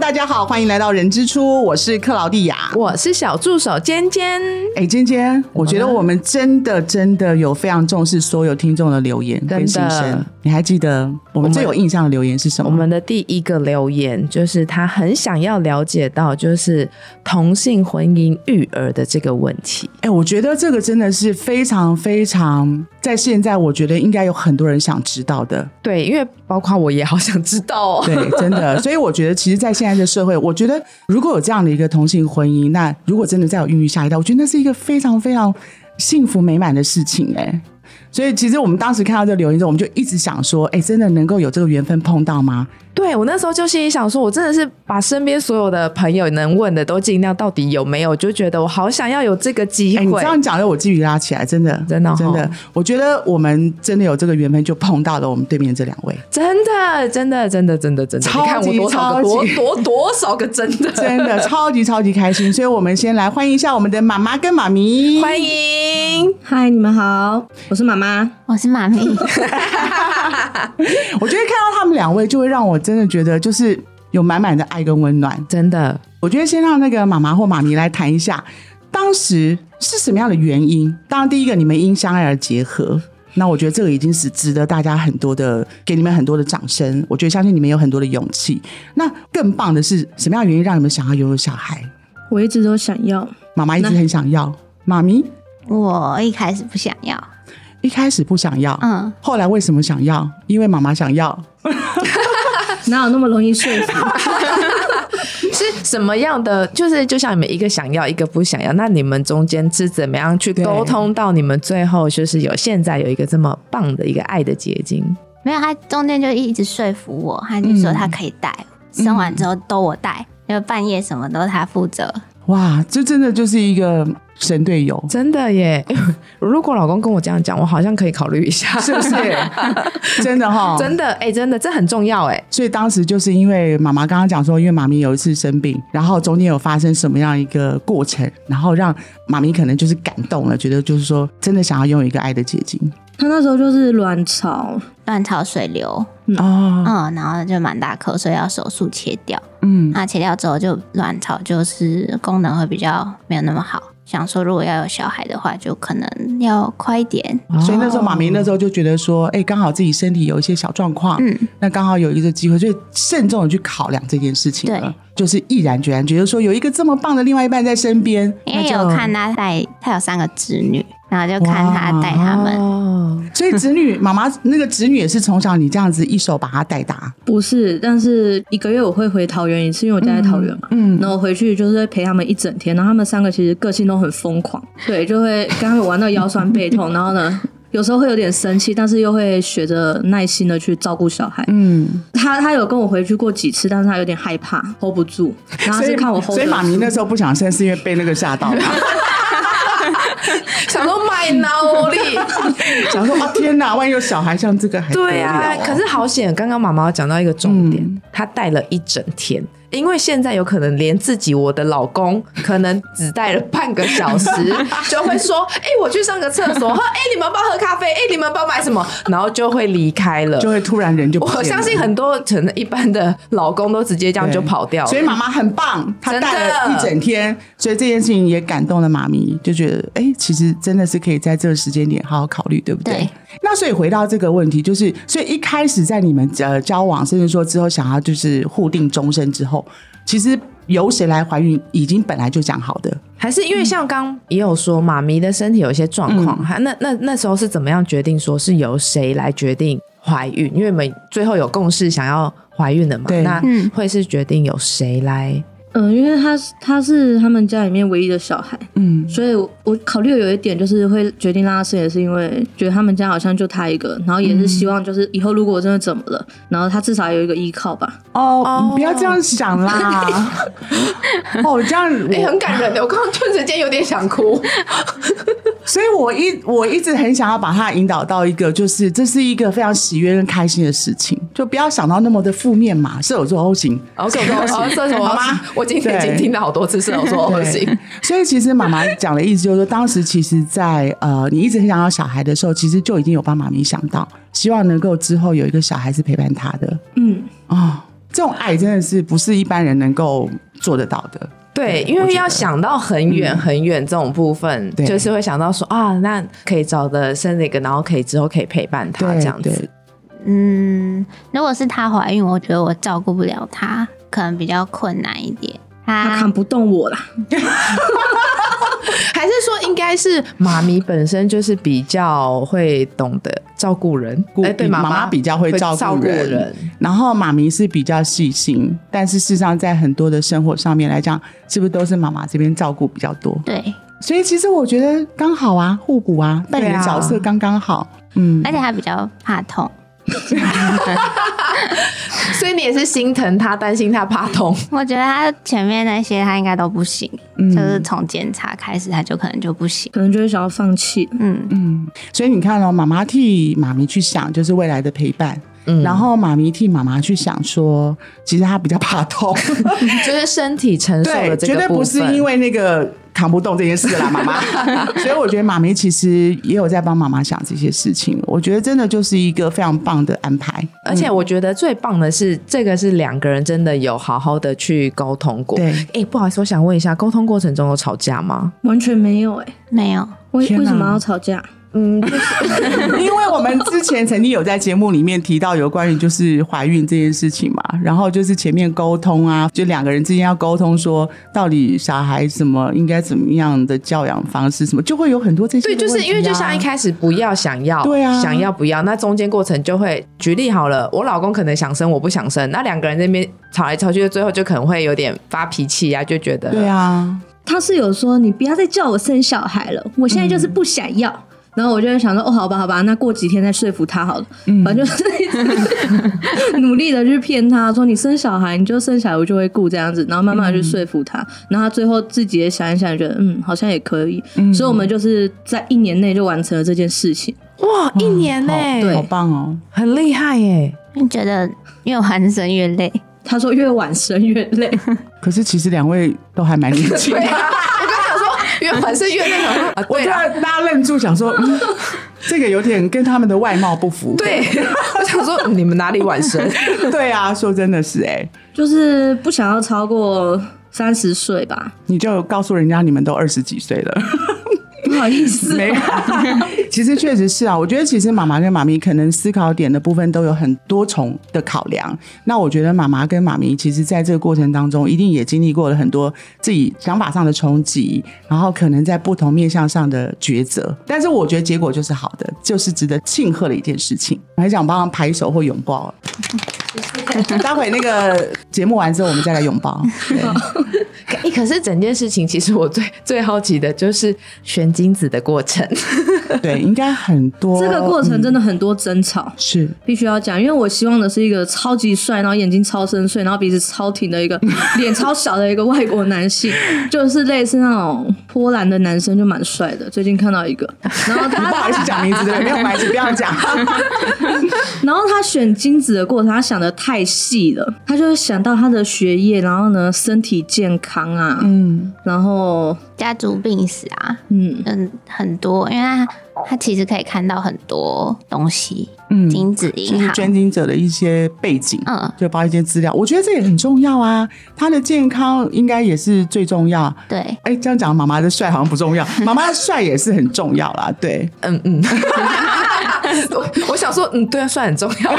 大家好，欢迎来到人之初，我是克劳蒂亚。我是小助手尖尖，哎，尖尖，我觉得我们真的真的有非常重视所有听众的留言跟心真的声。你还记得我们最有印象的留言是什么？我们的第一个留言就是他很想要了解到，就是同性婚姻育儿的这个问题。哎、我觉得这个真的是非常非常，在现在我觉得应该有很多人想知道的，对，因为包括我也好想知道哦。 对，真的。所以我觉得，其实，在现在的社会，我觉得如果有这样的一个同性婚姻，那如果真的再有孕育下一代，我觉得那是一个非常非常幸福美满的事情、哎。所以，其实我们当时看到这个留言之后，我们就一直想说，哎、真的能够有这个缘分碰到吗？对我那时候就心里想说，我真的是把身边所有的朋友能问的都尽量，到底有没有？就觉得我好想要有这个机哎、你会。这样讲的，我自己拉起来，真的， 真的哦真的，我觉得我们真的有这个缘分，就碰到了我们对面这两位。真的，真的，真的，真的，真的，超你看我级多少超个多级多多少个真的，真 的超级超级开心，所以我们先来欢迎一下我们的妈妈跟妈咪。欢迎。嗨，你们好，我是妈妈。我哦是妈咪，我觉得看到他们两位，就会让我真的觉得就是有满满的爱跟温暖。真的，我觉得先让那个妈妈或妈咪来谈一下，当时是什么样的原因？当然，第一个你们因相爱而结合。那我觉得这个已经是值得大家很多的，给你们很多的掌声。我觉得相信你们有很多的勇气。那更棒的是，什么样的原因让你们想要拥有小孩？我一直都想要，妈妈一直很想要，妈咪我一开始不想要，一开始不想要，嗯，后来为什么想要？因为妈妈想要。哪有那么容易说 服？是什么样的？就是就像你们一个想要，一个不想要，那你们中间是怎么样去沟通到你们最后就是有现在有一个这么棒的一个爱的结晶？，没有，他中间就一直说服我，他就嗯说他可以带，生完之后都我带，因为半夜什么都他负责。哇，这真的就是一个神队友真的耶！ 如果老公跟我这样讲，我好像可以考虑一 下，是不是？ 真的哈、真的哎、真的这很重要哎。所以当时就是因为妈妈刚刚讲说，因为妈咪有一次生病，然后中间有发生什么样一个过程，然后让妈咪可能就是感动了，觉得就是说真的想要拥有一个爱的结晶她那时候就是卵巢，乱潮水流，哦，嗯，然后就蛮大颗，所以要手术切掉。嗯，那切掉之后，就卵巢就是功能会比较没有那么好。想说，如果要有小孩的话，就可能要快一点。所以那时候妈咪那时候就觉得说，哎、刚好自己身体有一些小状况，嗯，那刚好有一个机会，所以慎重的去考量这件事情了对，就是毅然决然，觉得说有一个这么棒的另外一半在身边，因为那就有哎看他带，他有三个侄女，然后就看他带他们。哦，所以子女妈妈那个子女也是从小你这样子一手把她带大，不是，但是一个月我会回桃园一次，因为我家在桃园嘛。嗯，然后我回去就是会陪他们一整天，然后他们三个其实个性都很疯狂，对，就会跟他们玩到腰酸背痛，然后 呢，有时候会有点生气，但是又会学着耐心的去照顾小孩。嗯，他他有跟我回去过几次，但是他有点害怕，hold 不住，然啊后他所是以看我 hold 所以得妈咪住那时候不想生是因为被那个吓到 了，想说卖脑力，想说啊天哪，万一有小孩像这个还哦对 呀、啊，可是好险，刚刚妈妈讲到一个重点，嗯她带了一整天。因为现在有可能连自己我的老公可能只带了半个 小时，就会说：“哎、我去上个厕所，喝哎、你们帮我喝咖啡，哎、你们帮我买什么？”然后就会离开了就。会突然人就不见了我相信很多可能一般的老公都直接这样对就跑掉了。所以妈妈很棒，她真的带了一整天，所以这件事情也感动了妈咪，就觉得哎、诶其实真的是可以在这个时间点好好考虑，对不对？对那所以回到这个问题，就是所以一开始在你们呃交往，甚至说之后想要就是互定终身之后，其实由谁来怀孕已经本来就讲好的，还是因为像刚也有说，妈咪的身体有一些状况，还、那那那时候是怎么样决定说是由谁来决定怀孕？因为我们最后有共识想要怀孕的嘛对，那嗯会是决定由谁来？嗯，因为他是他是他们家里面唯一的小孩，嗯，所以我我考虑有一点就是会决定让他生，也是因为觉得他们家好像就他一个，然后也是希望就是以后如果我真的怎么了，然后他至少有一个依靠吧。哦，你哦不要这样想啦， 哦，这样我哎、很感人的，我刚刚顿时间有点想哭。所以我一我一直很想要把它引导到一个，就是这是一个非常喜悦跟开心的事情，就不要想到那么的负面嘛。射手座 O 型，然后射手座，射手好座吗，我今天已经对听了好多次射手座恶心。所以其实妈妈讲的意思就是说，当时其实在，呃，你一直很想要小孩的时候，其实就已经有帮妈咪想到，希望能够之后有一个小孩是陪伴她的嗯，哦。这种爱真的是不是一般人能够做得到的。对，嗯因为要想到很远很远这种部分，对就是会想到说啊，那可以找的生一个，然后可以之后可以陪伴他对这样子对。嗯，如果是她怀孕，我觉得我照顾不了她，可能比较困难一点。他她看不动我啦，还是说，应该是妈咪本身就是比较会懂得照顾人，顾哎，对，妈妈妈比较会照照顾顾人然后妈咪是比较细心，但是事实上在很多的生活上面来讲，是不是都是妈妈这边照顾比较多？对，所以其实我觉得刚好啊，互补啊，扮演的角色刚刚好。嗯，而且她比较怕痛，所以你也是心疼他，担心他怕痛。我觉得她前面那些她应该都不行，就是从检查开始她就可能就不行。可能就会想要放弃。嗯，所以你看哦，妈妈替妈咪去想，就是未来的陪伴。嗯然后妈咪替妈妈去想说，其实她比较怕痛， 就是身体承受对，了这绝个对部不分，是因为那个扛不动这件事啦，妈 妈。所以我觉得妈咪其实也有在帮妈妈想这些事情，我觉得真的就是一个非常棒的安排。而且我觉得最棒的是，这个是两个人真的有好好的去沟通过。 对哎、不好意思，我想问一下，沟通过程中有吵架吗？完全没有哎、没有，为天哪为什么要吵架？嗯，因为我们之前曾经有在节目里面提到有关于就是怀孕这件事情嘛，然后就是前面沟通啊，就两个人之间要沟通，说到底小孩怎么应该怎么样的教养方式，什么就会有很多这些、啊对，就是因为就像一。开始不要想要，对啊想要不要，那中间过程就会举例好了，我老公可能想生，我不想生，那两个人那边吵来吵去，最后就可能会有点发脾气啊，就觉得对啊，他是有说你不要再叫我生小孩了，我现在嗯就是不想要。然后我就会想说，哦，好吧，好吧，那过几天再说服他好了。嗯反正就是努力的去骗他说，你生小孩你就生小孩，我就会顾这样子。然后慢慢地去说服他，然后他最后自己也想一想，觉得嗯，好像也可以。嗯所以我们就是在一年内就完成了这件事情。哇，一年呢、好好棒哦！很厉害耶、觉得越晚生越累。他说越晚生越 累，可是其实两位都还蛮年轻的，我刚想说，越晚生越累啊，我对突啦，然大家愣住，想说、嗯、这个有点跟他们的外貌不符。对，我想说嗯你们哪里晚 生？对啊，说真的是哎、就是不想要超过三十岁吧。你就告诉人家你们都二十几岁了。不好意思，没有，其实确实是啊。我觉得其实妈妈跟妈咪可能思考点的部分都有很多重的考量。那我觉得妈妈跟妈咪其实在这个过程当中，一定也经历过了很多自己想法上的冲击，然后可能在不同面向上的抉择。但是我觉得结果就是好的，就是值得庆贺的一件事情。我还想帮忙拍手或拥抱。待会那个节目完之后，我们再来拥抱。对哎、可是整件事情，其实我最最好奇的就是选精子的过程。对，应该很多嗯这个过程真的很多争吵。是必须要讲，因为我希望的是一个超级帅，然后眼睛超深邃，然后鼻子超挺的一个，脸超小的一个外国男性，就是类似那种波兰的男生，就蛮帅的。最近看到一个，然后不好 他意思讲名字，对不对？没有关系，不要讲。然后他选精子的过程，他想的太细了，他就是想到他的学业，然后呢身体健康啊，嗯，然后家族病史啊，嗯，嗯，很多，因为他他其实可以看到很多东西，嗯精子银就是行，捐精者的一些背景，嗯，就包括一些资料，我觉得这也很重要啊。他的健康应该也是最重要。对，哎，这样讲妈妈的帅好像不重 要，妈妈的帅也是很重要啦。对，嗯嗯， 我我想说，嗯，对啊，算很重 要，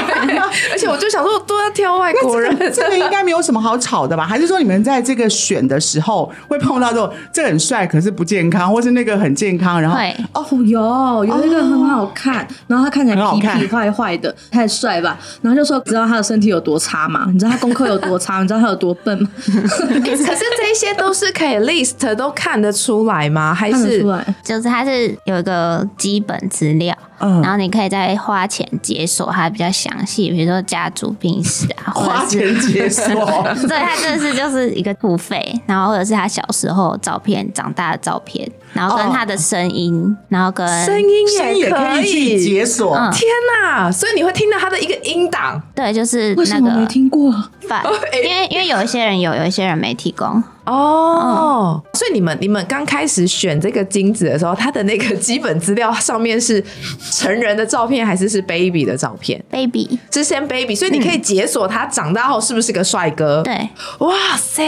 而且我就想说，都要挑外国 人，这个应该没有什么好吵的吧？还是说你们在这个选的时候会碰到这种这很帅可是不健康，或是那个很健康，然后会哦，有有一个很好看，然后他看起很来好痞看痞坏坏的，太帅吧？然后就说知道他的身体有多差吗？你知道他功课有多差？你知道他有多笨吗？可是这些都是可以 list 都看得出来吗？还看得是出来，就是它是有一个基本资料，嗯然后你可以再花钱解锁它比较详细，比如说家族病史 啊，或花者是。钱解 锁。对，它真的是就是一个付费，然后或者是他小时候的照片、长大的照片，然后跟他的声音，然后跟声音声音也可可以去解锁，嗯天哪！所以你会听到他的一个音档对，就是为那什么没个听过？反，因为因为有一些人有，有一些人没提供，哦，所以你们你们刚开始选这个精子的时候，它的那个基本资料上面是成人的照片还是是 baby 的照片？ baby，是先 baby，所以你可以解锁他长大后是不是个帅哥。，对，哇塞，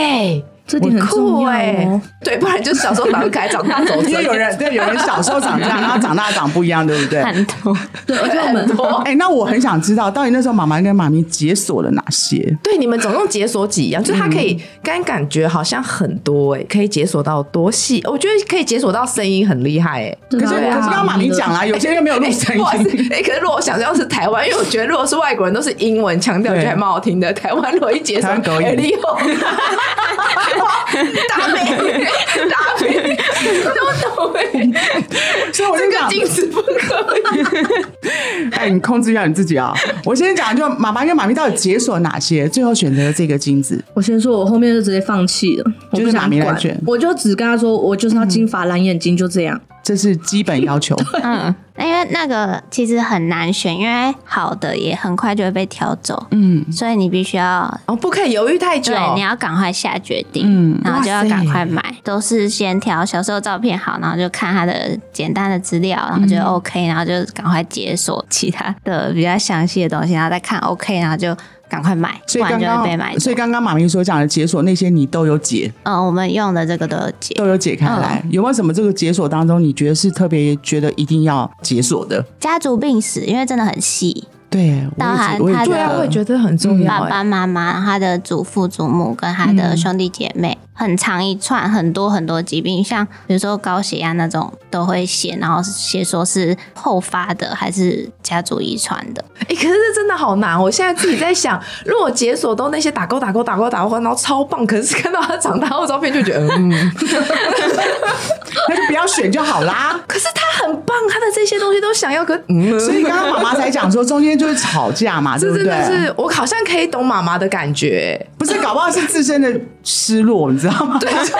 这点很重酷要哎、哦。对，不然就小时候长得可爱，长大走因为针。有人对有人小时候长这样，然后长大长不一样，对不对？很多。对，而且我 们哎、那我很想知道，到底那时候妈妈跟妈咪解锁了哪些？对，你们总共解锁几样？就它可以，刚、感觉好像很多哎、可以解锁到多细？我觉得可以解锁到声音很厉害哎、对可是、对啊可是刚刚妈咪讲啦，有些人没有录声 不好意思音，，哎、可是如果想象是台湾，因为我觉得如果是外国人都是英文腔调，我对觉得还蛮好听的。台湾如果一解台锁，湾狗哎眼你 好达美，达美，都懂哎、所以我就这个讲，镜子不可以。哎、你控制一下你自己啊！我先讲，就妈妈跟妈咪到底解锁哪些，最后选择了这个金子。我先说，我后面就直接放弃了，我就是不妈想咪来管选，我就只跟他说，我就是要金发蓝眼睛，就这样。这是基本要求，嗯，因为那个其实很难选，因为好的也很快就会被挑走，嗯，所以你必须要。哦，不可以犹豫太久。对，你要赶快下决定，嗯然后就要哇塞赶快买，都是先挑小时候照片好，然后就看他的简单的资料，然后就嗯 OK，、然后就赶快解锁其他的比较详细的东西，然后再看 OK，然后就赶快买，不所以然刚就会被刚买走所以。刚刚妈咪所讲的解锁那些，你都有解，嗯，我们用的这个都有解，都有解开来。有没有什么这个解锁当中，你觉得是特别觉得一定要解锁的？家族病史，因为真的很细，对，当然我也觉我也他的觉对啊，得，我也觉得很重要、爸哎爸妈妈、他的祖父祖母跟他嗯的兄弟姐妹，很长一串，很多很多疾病，像比如说高血压那种都会写，然后写说是后发的还是家族遗传的。哎、可是这真的好难。哦我现在自己在想， 如果解锁都那些打勾打勾打勾打勾，然后超棒，可是看到他长大后照片就觉得，嗯，那就不要选就好啦。可是他很棒，他的这些东西都想要，可 嗯，所以刚刚妈妈才讲说，中间就是吵架嘛，对这不真的对？是我好像可以懂妈妈的感觉、欸不是，搞不好是自身的失落，你知道吗？对，就是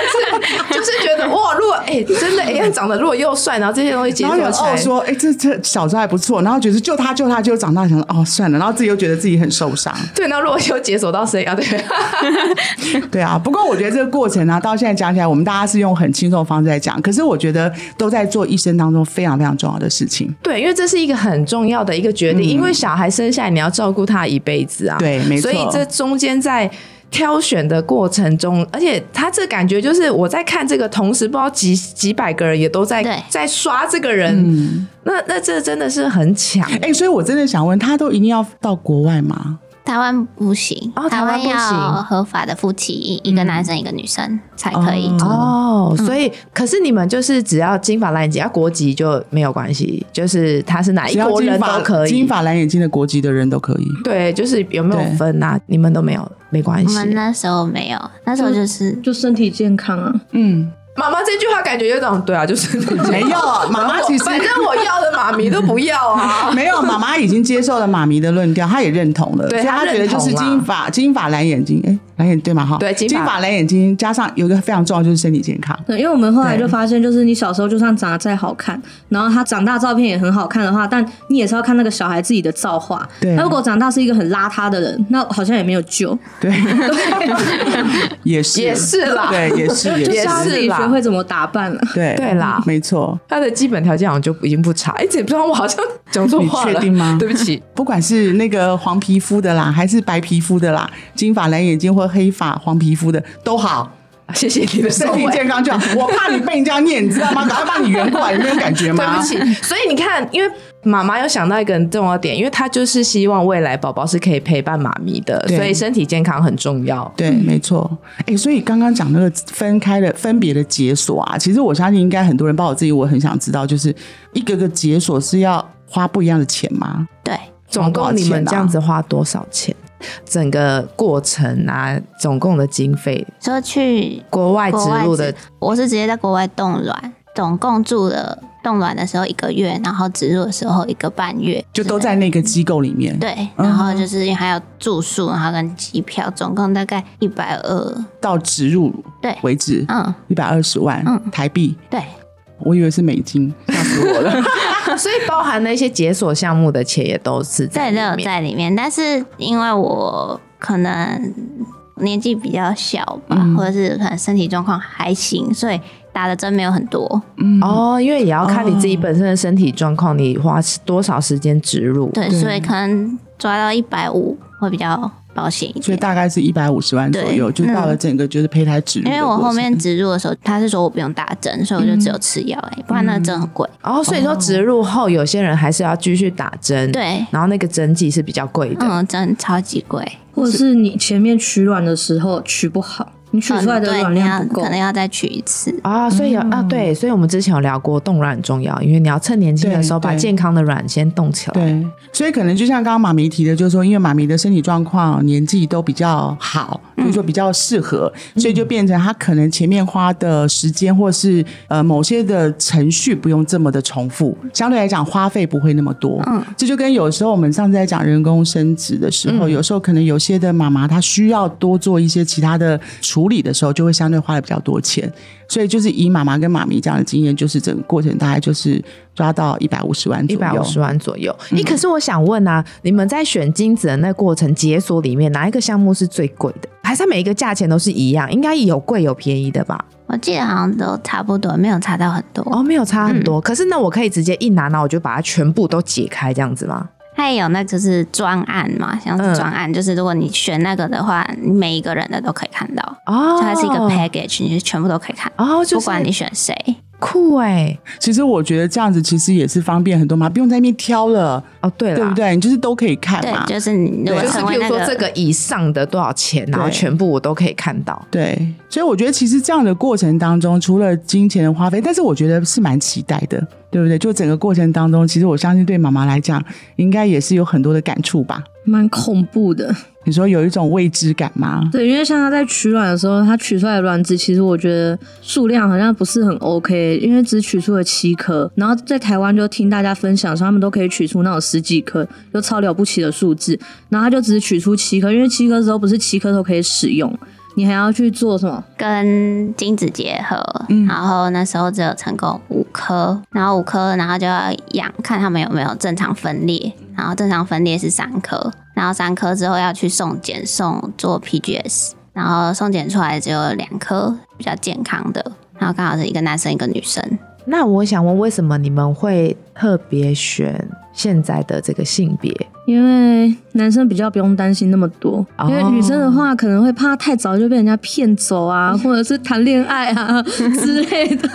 就是觉得哇，如果哎、真的哎、长得如果又帅，然后这些东西 解然后有锁起来哦，说，哎、这这小时候还不错，然后觉得就他就他就长大想说哦算了，然后自己又觉得自己很受 伤，对，那如果又解锁到谁啊？对，对啊。不过我觉得这个过程啊，到现在讲起来，我们大家是用很轻松的方式在讲，可是我觉得都在做一生当中非常非常重要的事情。对，因为这是一个很重要的一个决定，因为小孩生下来你要照顾他一辈子啊，嗯对没错所以这中间在。挑选的过程中，而且他这感觉就是我在看这个，同时不知道几几百个人也都在对在刷这个人，那那这真的是很强嗯哎、所以我真的想问，他都一定要到国外吗？台湾不行，哦台湾不行要合法的夫妻，一一个男生一个女生才可以。哦。嗯所以，可是你们就是只要金发蓝眼睛，要国籍就没有关系，就是他是哪一只要哎国金人发都可金以。发蓝眼睛的国籍的人都 可以。对，就是有没有对分啊？你们都没有，没关我系。们那时候没有，那时候就是就身体健康啊，嗯，妈妈这句话感觉有种对啊，就是没有，哎妈妈其实反正我要的妈咪都不要 啊。 没有，妈妈已经接受了妈咪的论调，她也认同了，对所以她她觉得就是认同啦啊金发金发蓝眼睛，哎、蓝眼对吗？哈，对金金发发蓝眼睛加上有一个非常重要就是身体健康，对，因为我们后来对就发现，就是你小时候就算长得再好看，然后他长大照片也很好看的话，但你也是要看那个小孩自己的造化。对他如果长大是一个很邋遢的人，那好像也没有 救， 对，也是也是啦对，也 是就是也是啊要是，自己学会怎么打扮了。对对啦没错。他的基本条件好像就已经不差，哎，这不知道我好像讲错话了，你确定吗 对不起，不管是那个黄皮肤的啦，还是白皮肤的啦，金发蓝眼睛或黑发黄皮肤的都好，谢谢你的收身体尾。健康 就好。我怕你被人家念，你知道吗？赶快把你圆过来，你没有感觉 对吗不？起，所以你看，因为妈妈有想到一个很重要的点，因为她就是希望未来宝宝是可以陪伴妈咪的，对所以身体健康很重要。对，嗯没错。哎、所以刚刚讲那个分开的、分别的解锁啊，其实我相信应该很多人，包括我自己，我很想知道，就是一个个解锁是要花不一样的钱吗？对，总共你花们多少钱啊这样子花多少钱？整个过程啊，总共的经费，说去国外植国外入的植我是直接在国外冻卵，总共住了冻卵的时候一个月，然后植入的时候一个半月，就都在那个机构里面，对，嗯然后就是还有住宿，然后跟机票，总共大概一百二。到植入对为止，嗯，一百二十万、嗯台币，对，我以为是美 金，吓死我了。 所以包含那些解锁项目的钱也都是这在都有里面。在里面。但是因为我可能年纪比较小吧，嗯或者是可能身体状况还行，所以打的针没有很多。哦，因为也要看你自己本身的身体状况，你花多少时间植入。对，对所以可能抓到一百五会比较保险一所以点。大概是一百五十万左右，对嗯就到了整个就是胚胎植入的因过程。为我后面植入的时候，他是说我不用打针，所以我就只有吃药而已，不然那个针很贵。嗯哦，所以说植入后，有些人还是要继续打针。。对，然后那个针剂是比较贵的，嗯，真的超级贵，或者是你前面取卵的时候取不好，你取出来的嗯对，卵你要量不够可，能要再取一次。啊，所以嗯有、啊，对，所以我们之前有聊过冻卵很重要，因为你要趁年轻的嗯时候对把对健康的卵先冻起来。对，所以可能就像刚刚妈咪提的，就是说，因为妈咪的身体状况、年纪都比较好，嗯所以说比较适合，所以就变成她可能前面花的时间或是呃某些的程序不用这么的重复，相对来讲花费不会那么多。嗯，这就跟有时候我们上次在讲人工生殖的时嗯候，有时候可能有些的妈妈她需要多做一些其他的处理的时候，就会相对花的比较多钱。所以就是以妈妈跟妈咪这样的经验，就是整个过程大概就是抓到一百五十万一左百右五。十万左右。嗯诶、可是我想问啊，你们在选精子的那过程解锁里面，哪一个项目是最贵的？还是它每一个价钱都是一样？应该有贵有便宜的吧？我记得好像都差不多，没有差到很多。哦，没有差很多。可是那我可以直接一拿，然后我就把它全部都解开，这样子吗？它也有那个是专案嘛，像是专案，就是如果你选那个的话，你每一个人的都可以看到，哦，就它是一个 package，你就全部都可以看，哦，就不是管你选谁。酷哎、其实我觉得这样子其实也是方便很多嘛，不用在那边挑了，哦，对了，对不？对？你就是都可以看对嘛，，就是你如果就是成譬为如那说这个，个以上的多少钱，然后对全部我都可以看到。对。所以我觉得其实这样的过程当中，除了金钱的花费，但是我觉得是蛮期待的，对不对？就整个过程当中，其实我相信对妈妈来讲，应该也是有很多的感触吧。蛮恐怖的。你说有一种未知感吗？对，因为像他在取卵的时候，他取出来的卵子，其实我觉得数量好像不是很 OK，因为只取出了七颗，然后在台湾就听大家分享说他们都可以取出那种十几颗，就超了不起的数字，然后他就只取出七颗，因为七颗的时候不是七颗都可以使用，你还要去做什么？跟精子结合，然后那时候只有成功五颗，然后五颗，然后就要养看他们有没有正常分裂，然后正常分裂是三颗，然后三颗之后要去送检送做 PGS，然后送检出来只有两颗比较健康的，然后刚好是一个男生一个女生，那我想问，为什么你们会特别选现在的这个性别？因为男生比较不用担心那么多，哦因为女生的话可能会怕太早就被人家骗走啊，或者是谈恋爱啊 之类的。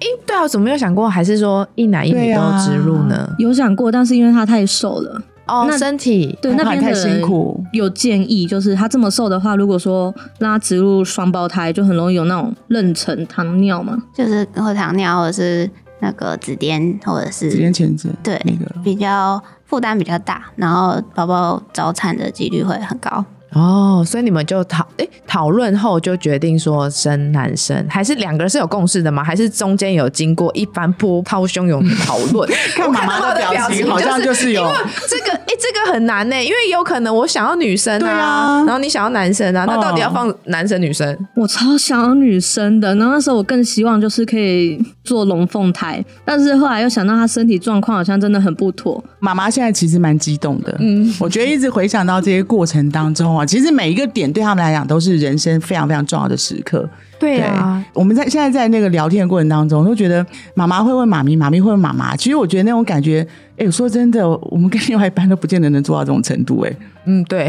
诶，对啊，怎么没有想过？还是说一男一女对都啊植入呢？有想过，但是因为他太瘦了，哦，那身体对害那怕边的太人辛苦，有建议，就是他这么瘦的话，如果说让他植入双胞胎，就很容易有那种妊娠糖尿嘛。就是会糖尿或者是那个紫癜或者时是间前置，对那个比较负担比较大，然后宝宝早产的几率会很高。哦，所以你们就讨诶讨论后就决定说生男生，还是两个人是有共识的吗？还是中间有经过一番波涛汹涌的讨 论？看妈妈我看到他的表表情情，好像就是有这个诶，这个很难欸呢、因为有可能我想要女生对啊，啊然后你想要男生啊，那到底要放男生女生？我超想要女生的，然后那时候我更希望就是可以做龙凤胎，但是后来又想到他身体状况好像真的很不妥，妈妈现在其实蛮激动的，嗯，我觉得一直回想到这些过程当中啊，其实每一个点对他们来讲都是人生非常非常重要的时刻。对啊对，啊我们在现在在那个聊天的过程当中，都觉得妈妈会问妈咪，妈咪会问妈妈。其实我觉得那种感觉，哎、说真的，我们跟另外一半都不见得能做到这种程度、嗯，对，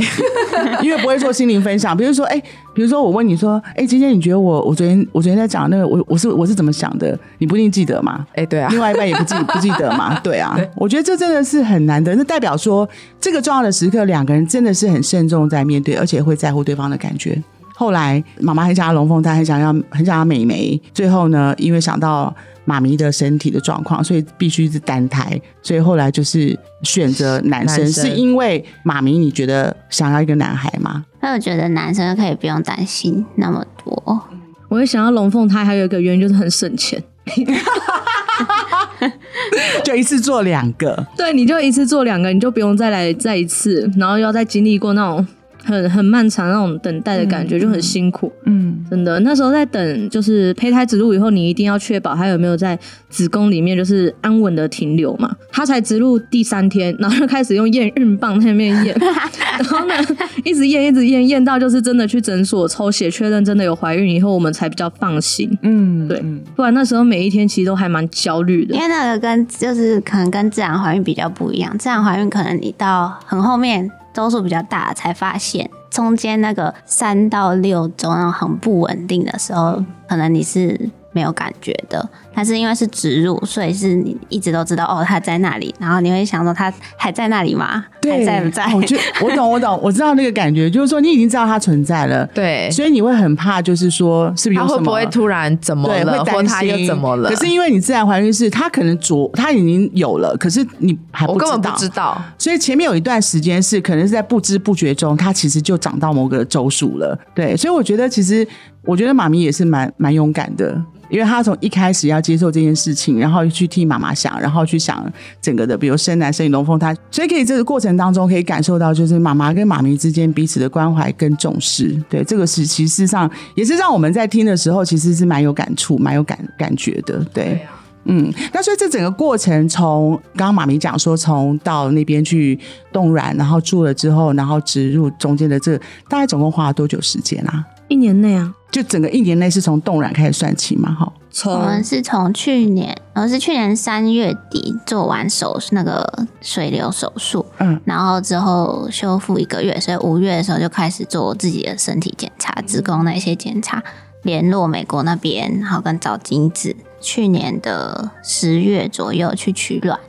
哎，因为不会做心灵分享。比如说，哎、比如说我问你说，哎、今天你觉得我我昨天我昨天在讲那个我我是我是怎么想的，你不一定记得嘛？哎、对啊，另外一半也不记不记得嘛，对啊，我觉得这真的是很难的。那代表说，这个重要的时刻，两个人真的是很慎重在面对，而且会在乎对方的感觉。后来，妈妈很想要龙凤胎，很想要很想要美眉，最后呢，因为想到妈咪的身体的状况，所以必须是单胎，所以后来就是选择男生，男生是因为妈咪你觉得想要一个男孩吗？那我觉得男生可以不用担心那么多，我也想要龙凤胎，还有一个原因就是很省钱。就一次做两个，对，你就一次做两个，你就不用再来再一次，然后又要再经历过那种很很漫长那种等待的感觉，就很辛苦。嗯，真的，那时候在等，就是胚胎植入以后，你一定要确保它有没有在子宫里面就是安稳的停留嘛。它才植入第三天，然后就开始用验孕棒在那边 验，然后呢一直验一直验，验到就是真的去诊所抽血确认真的有怀孕以后，我们才比较放心。嗯，对嗯不然那时候每一天其实都还蛮焦虑的因。为那个跟就是可能跟自然怀孕比较不一样，自然怀孕可能你到很后面周数比较大才发现，中间那个三到六周那种很不稳定的时嗯候，可能你是没有感觉的。但是因为是植入，所以是你一直都知道哦，它在那里，然后你会想说它还在那里吗？还对，哦在不在？我觉得我懂，我懂，我知道那个感觉，就是说你已经知道它存在了，对，所以你会很怕，就是说是不是他有会什不么会突然怎么对，了，会或担他心又怎么了？可是因为你自然怀孕是，它可能昨它已经有了，可是你还我不根知本道不。知道，所以前面有一段时间是，可能是在不知不觉中，它其实就长到某个周数了。对，所以我觉得其实，我觉得妈咪也是蛮蛮勇敢的，因为她从一开始要接受这件事情，然后去替妈妈想，然后去想整个的，比如生男生女龙凤胎，所以可以这个过程当中可以感受到，就是妈妈跟妈咪之间彼此的关怀跟重视。对，这个是其实事实上也是让我们在听的时候，其实是蛮有感触、蛮有感感觉的。对嗯，那所以这整个过程从刚刚妈咪讲说，从到那边去冻卵，然后住了之后，然后植入中间的这个，大概总共花了多久时间啊？一年内啊，就整个一年内是从冻卵开始算起嘛？哈， 我从们是从去年，我是去年三月底做完手术那个水流手术，嗯，然后之后修复一个月，所以五月的时候就开始做自己的身体检查、子宫那些检查，联络美国那边，然后跟找精子。去年的十月左右去取卵，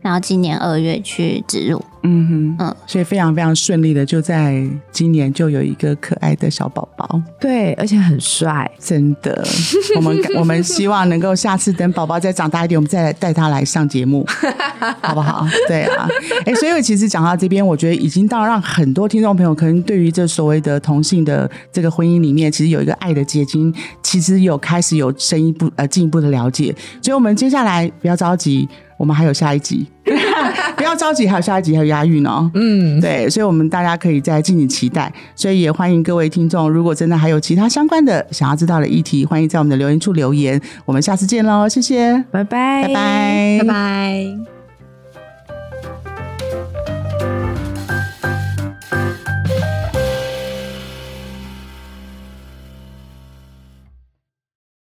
然后今年二月去植入。嗯哼，嗯所以非常非常顺利的，就在今年就有一个可爱的小宝宝，对，而且很帅，真的，我们 我们希望能够下次等宝宝再长大一点，我们再来带他来上节目，好不好？ 对啊，哎、所以其实讲到这边，我觉得已经到让很多听众朋友可能对于这所谓的同性的这个婚姻里面，其实有一个爱的结晶，其实有开始有深一步呃进一步的了解。所以我们接下来不要着急，我们还有下一集。 不要着急，还有下一集还有押韵哦。嗯，对，所以我们大家可以再敬请期待。所以也欢迎各位听众，如果真的还有其他相关的想要知道的议题，欢迎在我们的留言处留言。我们下次见喽，谢谢，拜拜，拜拜拜拜。